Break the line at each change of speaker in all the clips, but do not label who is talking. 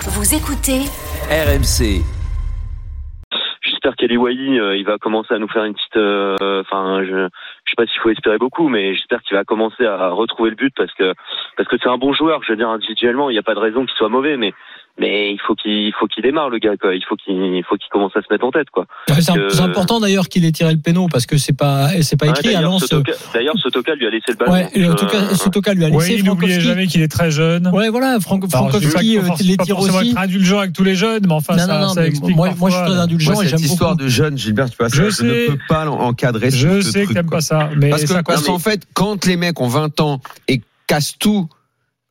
Vous écoutez
RMC.
J'espère qu'Eliwayi, euh, il va commencer à nous faire une petite. euh, Enfin, je ne sais pas s'il faut espérer beaucoup, mais j'espère qu'il va commencer à retrouver le but parce que parce que c'est un bon joueur. Je veux dire individuellement, il n'y a pas de raison qu'il soit mauvais, mais mais il faut qu'il il faut qu'il démarre le gars. Quoi. Il faut qu'il il faut qu'il commence à se mettre en tête. Quoi.
Ouais, C'est
que-
c'est important d'ailleurs qu'il ait tiré le péno parce que c'est pas c'est pas
Hein,
écrit à
D'ailleurs,
Lens.
Sotoka, d'ailleurs, Sotoka lui a laissé le ballon.
Ouais, et en tout
Euh,
cas, Sotoka lui a laissé
Oui, n'oubliez
Frankowski.
jamais qu'il est très jeune.
Ouais, voilà, Franck
Alors, je veux
Frankowski
pas-
euh,
forc-
les
pas
tire
forcément
aussi.
être indulgent avec tous les jeunes, mais enfin,
Non,
ça,
non, non,
ça
mais
explique.
moi, moi, je suis
parfois, euh,
très
là.
indulgent
Moi,
et
cette
j'aime
histoire
beaucoup.
de jeune, Gilbert, tu vois,
Je
ça, je,
sais.
ne peux pas l'en- encadrer. ce-
Je
ce
sais que
truc,
t'aimes
quoi.
pas ça, mais
Parce que-
ça
parce qu'en
compte.
fait, quand les mecs ont 20 ans et cassent tout,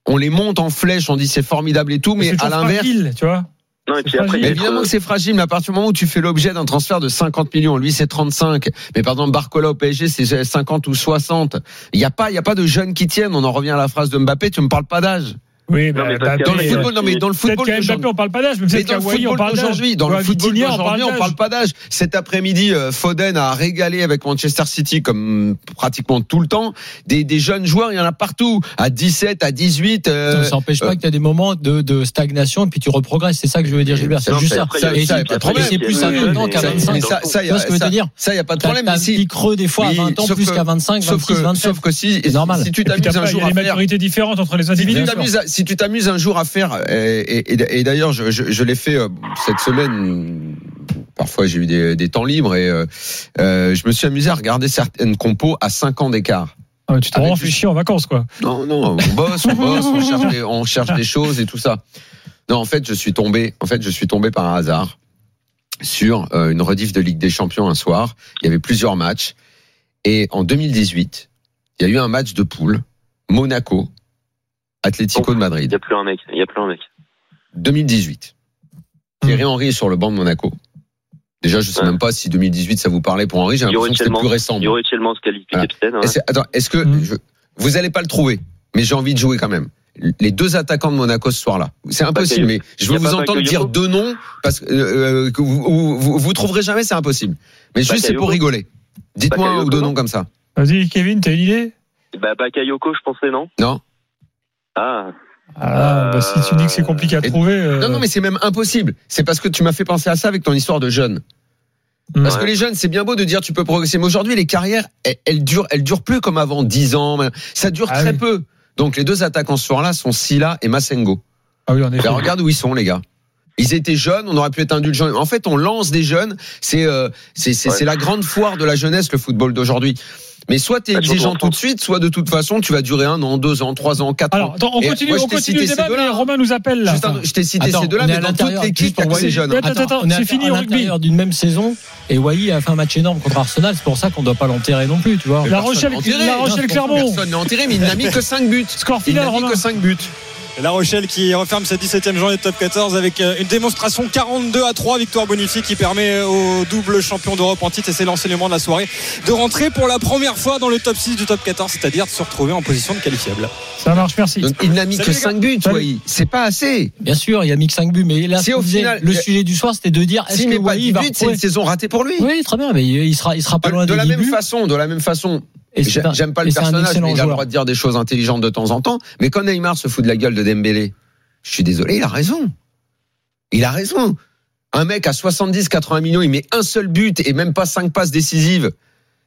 on les monte en flèche, on dit c'est formidable et tout, mais
C'est
à
toujours
l'inverse.
fragile, tu vois.
non, et
c'est
puis après, il
fragile.
est-
Évidemment que c'est fragile, mais à partir du moment où tu fais l'objet d'un transfert de 50 millions, lui c'est 35, mais par exemple Barcola au PSG c'est 50 ou 60, il n'y a, pas- il y a pas de jeunes qui tiennent, on en revient à la phrase de Mbappé, tu me parles pas d'âge.
Oui,
Non, mais
mais
parce
Mbappé,
Dans le
Oui,
euh,
football, non mais dans le
Peut-être
football
qu'à
d'aujourd'hui-
Mbappé, on parle pas d'âge, mais
Mais
peut-être
dans
qu'à
le
Wai, on
football
parle d'âge.
d'aujourd'hui, dans
Ou à
le football
Vitinha,
d'aujourd'hui, on parle
d'âge.
pas d'âge. Cet après-midi, euh, Foden a régalé avec Manchester City comme mm, pratiquement tout le temps. Des, des jeunes joueurs, il y en a partout. À 17, à 18. euh,
ça n'empêche
euh,
pas que tu as des moments de, de stagnation et puis tu reprogresses. C'est ça que je veux dire, Gilbert. C'est
Non,
juste
mais
ça.
après,
Et
il y a- ça, il y a pas de problème.
c'est plus à
Oui,
maintenant qu'à
mais ça,
25.
mais
Tu
ça, ça, il y a-
vois ce que je veux
ça-
dire
Ça, il n'y a pas de
T'as
problème.
t'as un
mais si-
petit creux des fois
Oui,
à 20 ans
sauf
plus
que-
qu'à 25,
sauf
26,
que,
27.
sauf que si,
C'est normal.
si tu
Et puis,
t'amuses
t'as
un
pas- Il y
jour
a
à
des
faire
maturités différentes entre les
Si tu
individus.
t'amuses à- si tu t'amuses un jour à faire, euh, et, et- et d'ailleurs je, je- je l'ai fait euh, cette semaine, parfois j'ai eu des, des temps libres et euh, euh, je me suis amusé à regarder certaines compos à 5 ans d'écart.
Ah, Tu t'en
Avec
rends fait
du-
chier en vacances, quoi.
Non, non, on bosse, on bosse, on cherche, des, on cherche des choses et tout ça. Non, en fait, je suis tombé, en fait, je suis tombé par hasard sur euh, une rediff de Ligue des Champions un soir. Il y avait plusieurs matchs. Et en 2018, il y a eu un match de poule, Monaco, Atlético
Il
de
n'y
Madrid.
a plus un mec. Il n'y a plus un mec.
2018. Thierry Henry est sur le banc de Monaco. Déjà, je sais
Ouais.
même pas si 2018 ça vous parlait pour Henry, j'ai
Il y aurait
l'impression que c'était
tellement-
plus récent.
Il y aurait tellement ce hein. qualifié
Ah.
capitaine. ouais.
Et c'est- Attends, est-ce que
Mm.
je- vous allez pas le trouver Mais j'ai envie de jouer quand même. Les deux attaquants de Monaco ce soir-là, c'est impossible.
Bakayoko.
Mais je veux
Y a
vous
pas
entendre
Bakayoko
dire deux noms parce que, euh, que vous, vous, vous- vous trouverez jamais, c'est impossible. Mais juste c'est
Bakayoko.
pour rigoler. Dites-moi un
Bakayoko,
ou deux
non
noms comme ça.
Vas-y, Kevin, t'as une idée
Bah, Bakayoko, je pensais, non
Non.
Ah,
Ah, bah, si tu dis que c'est compliqué à
Et-
trouver. euh,
Non, non, mais c'est même impossible. C'est parce que tu m'as fait penser à ça avec ton histoire de jeune.
hmm.
Parce
Ouais.
que les jeunes, c'est bien beau de dire tu peux progresser, mais aujourd'hui les carrières, elles, elles durent, elles durent plus comme avant 10 ans. mais Ça dure
Ah
très
oui.
peu. Donc les deux attaquants ce soir-là sont Silla et Massengo.
Ah oui, en
Ben,
effet.
regarde où ils sont, les gars. Ils étaient jeunes, on aurait pu être indulgents. En fait, on lance des jeunes. C'est euh, c'est c'est-
Ouais.
c'est la grande foire de la jeunesse, le football d'aujourd'hui. Mais soit t'es
Bah, surtout en
exigeant tout
France.
de suite, soit de toute façon, tu vas durer un an, deux ans, trois ans, quatre
Alors,
ans.
attends, on
Et
continue,
moi, je
on
t'ai
continue le
cité ces
débat, mais
deux-là.
Romain nous appelle là.
Juste un- je t'ai cité
Attends,
ces
on
deux-là,
est à
mais dans toute
l'intérieur, juste pour
l'équipe, t'as que
voir
ces
les
jeunes.
Attends, attends,
on est
c'est fini,
à
on rugby.
l'intérieur d'une même saison et Wai a fait un match énorme contre Arsenal. C'est pour ça qu'on doit pas l'enterrer non plus, tu vois.
La
Personne
Rochelle,
n'a enterré.
La Rochelle Clermont.
Personne n'est enterré, mais il n'a mis que 5 buts.
Score
Il
final,
n'a mis
Romain.
que 5 buts.
La Rochelle qui referme sa 17e journée de top 14 avec euh, une démonstration 42 à 3, victoire bonifiée qui permet au double champion d'Europe en titre, et c'est l'enseignement de la soirée, de rentrer pour la première fois dans le top 6 du top 14, c'est-à-dire de se retrouver en position de qualifiable.
Ça marche, merci.
Donc, il n'a mis
Salut,
que
les gars.
5 buts,
Salut.
Wai. C'est pas assez.
Bien sûr, il y a mis que 5 buts, mais là,
Si
ce qu'on
au
disait,
final-
le sujet du soir, c'était de dire Ah, est-ce
S'il
que
met pas
Wai
10
va
buts, c'est une
retrouver-
saison ratée pour lui.
Oui, très bien, mais il sera, il sera pas loin
De
des
la même
débuts.
façon, de la même façon,
Et c'est
J'ai-
un-
J'aime pas le
et c'est un
personnage,
excellent
mais il a le
joueur.
droit de dire des choses intelligentes de temps en temps. Mais quand Neymar se fout de la gueule de Dembélé, je suis désolé, il a raison. Il a raison. Un mec à 70-80 millions, il met un seul but et même pas cinq passes décisives.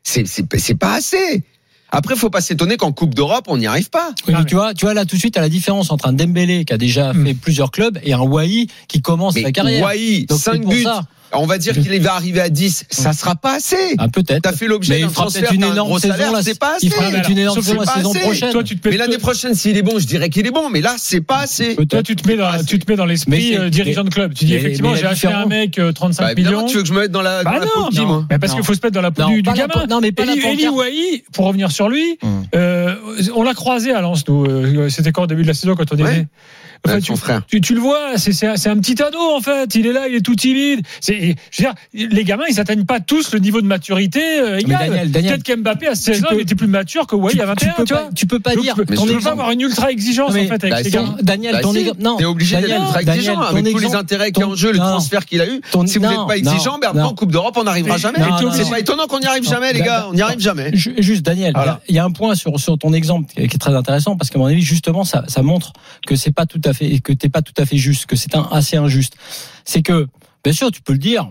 C'est- C'est c'est pas assez. Après, faut pas s'étonner qu'en Coupe d'Europe, on n'y arrive pas.
Oui,
Ah,
mais
mais-
tu vois, tu vois là tout de suite à la différence entre un Dembélé qui a déjà
Hmm.
fait plusieurs clubs et un Wai qui commence sa
Mais
carrière.
Wai,
Donc, c'est
5
pour
buts,
ça.
on va dire qu'il va arriver à 10, ça sera pas assez.
Ah, peut-être.
T'as fait l'objet
Mais il
d'un
fera
transfert,
peut-être une
t'as un gros
énorme saison
salaire,
là.
c'est pas assez.
Il fera
Mais
peut-être
alors,
une énorme
sauf que
saison la
c'est pas
saison
assez.
prochaine.
Toi, tu te
Mais
mets,
l'année prochaine, s'il est bon, je dirais qu'il est bon, mais là, c'est pas assez.
toi,
Peut-être.
tu te mets dans, tu te mets dans l'esprit
Ah, Mais-
euh, dirigeant de club. Tu dis
mais-
effectivement,
mais la
j'ai acheté un
différence-
mec euh, 35
Bah, évidemment,
millions.
tu veux que je me mette dans la, dans
Bah
la peau
non,
de qui,
non.
moi
Mais parce
Non.
qu'il faut se mettre dans la peau
Non,
du, du
pas la
gamin.
pan- non, mais pas la
Eli, Eli
pancarte.
Wahi, pour revenir sur lui,
Hmm.
euh, on l'a croisé à Lens, nous. euh, C'était quand au début de la saison, quand on
Ouais.
Bah,
était. Enfin,
Euh,
tu,
Son frère.
tu, tu le vois, c'est- c'est un, c'est un petit ado en fait. Il est là, il est tout timide. C'est- et, je veux dire, les gamins, ils atteignent pas tous le niveau de maturité euh,
Ah, Mais
égal.
Daniel, Daniel,
Peut-être qu'Mbappé à 16
tu
ans,
peux-
il était plus mature que Wai
tu,
à 21,
tu peux
tu vois.
pas, tu peux pas
Donc,
dire.
tu peux-
ton
tu peux pas
exemple-
avoir une ultra exigence
Non, mais-
en fait avec
Bah,
les
si.
gamins.
Daniel,
Bah,
ton
si,
exemple- non,
T'es obligé
Daniel,
d'être ultra
Daniel,
exigeant
ton
avec tous les
exemple-
intérêts
ton-
qui est en jeu, le
non.
transfert qu'il a eu.
ton-
Si vous
non,
n'êtes pas exigeant,
non,
ben après
non.
en Coupe d'Europe, on n'arrivera
Et-
jamais.
non,
non,
C'est
non.
pas étonnant qu'on n'y arrive
Non,
jamais, les
Dan-
gars. On n'y arrive jamais.
Ju- Juste Daniel, il y a-
Voilà.
il y, a un point sur, sur ton exemple qui est qui est très intéressant parce qu'à mon avis justement ça, ça montre que c'est pas tout à fait, que t'es pas tout à fait juste, que c'est un assez injuste, c'est que, bien sûr, tu peux le dire.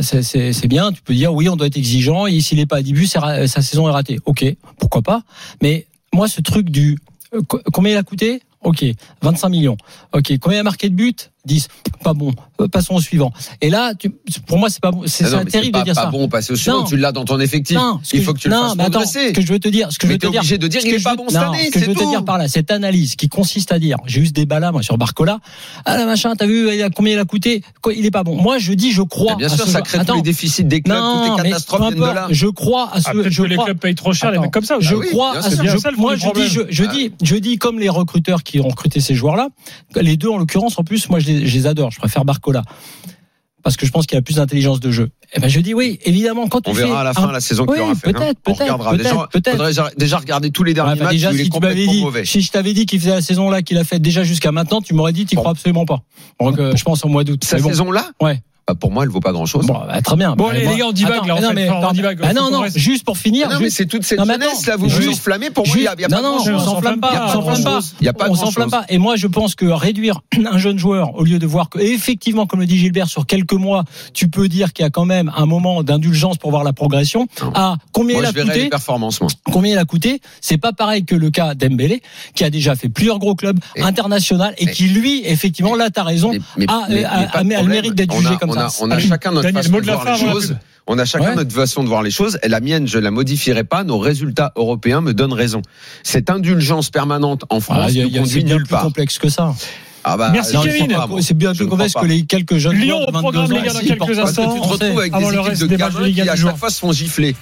C'est- C'est c'est bien, tu peux dire oui, on doit être exigeant, et s'il n'est pas à 10 buts, c'est ra- sa saison est ratée. Ok, pourquoi pas. Mais moi, ce truc du euh, co- combien il a coûté Ok, 25 millions. Ok, combien il a marqué de buts 10. Pas bon, Euh, passons au suivant. Et là, tu- pour moi, c'est pas bon. C'est
Ah non,
c'est
mais
terrible
pas,
de dire
pas
ça.
bon, passer au suivant,
Non.
tu l'as dans ton effectif.
Non, ce
Il
que
faut
je-
que tu le
non,
fasses
mais attends,
progresser.
ce que je veux te dire, ce que je
Mais
veux
t'es
te dire,
obligé de dire
ce
il
que
est
je
pas
veux-
bon cette
non,
année,
ce que je
c'est
veux te
tout.
dire par là, cette analyse qui consiste à dire, j'ai eu ce débat là, moi, sur Barcola, ah là, machin, t'as vu il a- combien il a coûté, Quoi, il est pas bon. Moi, je dis, je crois.
Mais bien
à
sûr,
Ah, ce
ça
joueur.
crée tous
Attends,
les déficits des clubs,
non,
toutes les
mais peu
catastrophes viennent de là.
importe, je crois à ce,
Ah, peut-être
je
que les
crois-
clubs payent trop cher, les
Attends,
mecs comme ça.
Je
Ah oui.
crois
bien
à
sûr,
ce-
bien
je-
sûr, le
moi,
fond
je
du
dis, je,
problème.
je
Ah.
dis, je dis, comme les recruteurs qui ont recruté ces joueurs-là, les deux, en l'occurrence, en plus, moi, je les, je les adore. Je préfère Barcola. Parce que je pense qu'il a plus d'intelligence de jeu. Eh ben, je dis oui, évidemment, quand tu
On verra
fais
à la
un
fin la saison qu'il
Oui,
aura fait. hein.
peut-être,
On
peut-être,
regardera.
peut-être,
Déjà,
peut-être.
faudrait déjà- déjà regarder tous les derniers
Ouais, bah,
matchs
déjà,
où il est
si tu m'avais
complètement
dit,
mauvais.
si je t'avais dit qu'il faisait la saison là qu'il a faite déjà jusqu'à maintenant, tu m'aurais dit, tu
Bon.
crois absolument pas. Donc, euh, je pense au mois d'août.
Sa
Mais bon.
saison-là,
Ouais.
bah, pour moi, elle vaut pas grand-chose.
Bon, bah, très bien.
Bon,
Bah,
allez,
moi-
les gars, on divague,
Attends,
là, en
mais non,
fait.
mais,
Enfin, on
attends,
divague,
bah,
faut
non,
qu'on
non,
reste.
juste pour finir.
non, mais
juste-
c'est toute cette
Non, mais attends,
jeunesse là, vous vous
juste-
enflammez. Pour moi, il y a, il y a
non,
pas
non, on
grand-chose.
s'enflamme
Il y a
pas,
pas
on s'enflamme pas.
grand-chose. Il y a pas
on
grand-chose.
s'enflamme pas. Et moi, je pense que réduire un jeune joueur au lieu de voir que, effectivement, comme le dit Gilbert, sur quelques mois, tu peux dire qu'il y a quand même un moment d'indulgence pour voir la progression.
Non.
À combien
Moi,
il
je
a
verrai les
coûté
performances, moi.
combien il a coûté. C'est pas pareil que le cas d'Embélé, qui a déjà fait plusieurs gros clubs
Et-
internationaux et,
et-
qui lui, effectivement, là, t'as raison.
Mais- mais-
a- euh, a-
mais- mais
a- a
pas de
le
problème.
ah, mérite d'être
On
jugé
a-
comme
on
ça. Ah,
a- On a
Allez.
chacun notre
Daniel,
façon
mot
de
de la
voir les
fin, on a
choses.
plus.
On a chacun
Ouais.
notre façon de voir les choses. Et la mienne, je la modifierai pas. Nos résultats européens me donnent raison. Cette indulgence permanente en
Ah,
France
il y a-
ne
il y a-
conduit
c'est bien
nulle
plus
part.
complexe que ça.
Ah bah,
Merci,
non, je
Kevin.
crois pas, moi.
C'est bien
Je
plus
ne
complexe
crois
que
pas.
les quelques jeunes
Lyon
joueurs de
au programme,
22 ans
les gars, dans
ici,
quelques
portent pas
instants.
tout.
Parce que tu te
On sait.
retrouves avec
Avant
des
le
équipes
reste
de
des matchs de
gamins
Ligue
qui
1
à
du
chaque
jour.
fois se font gifler.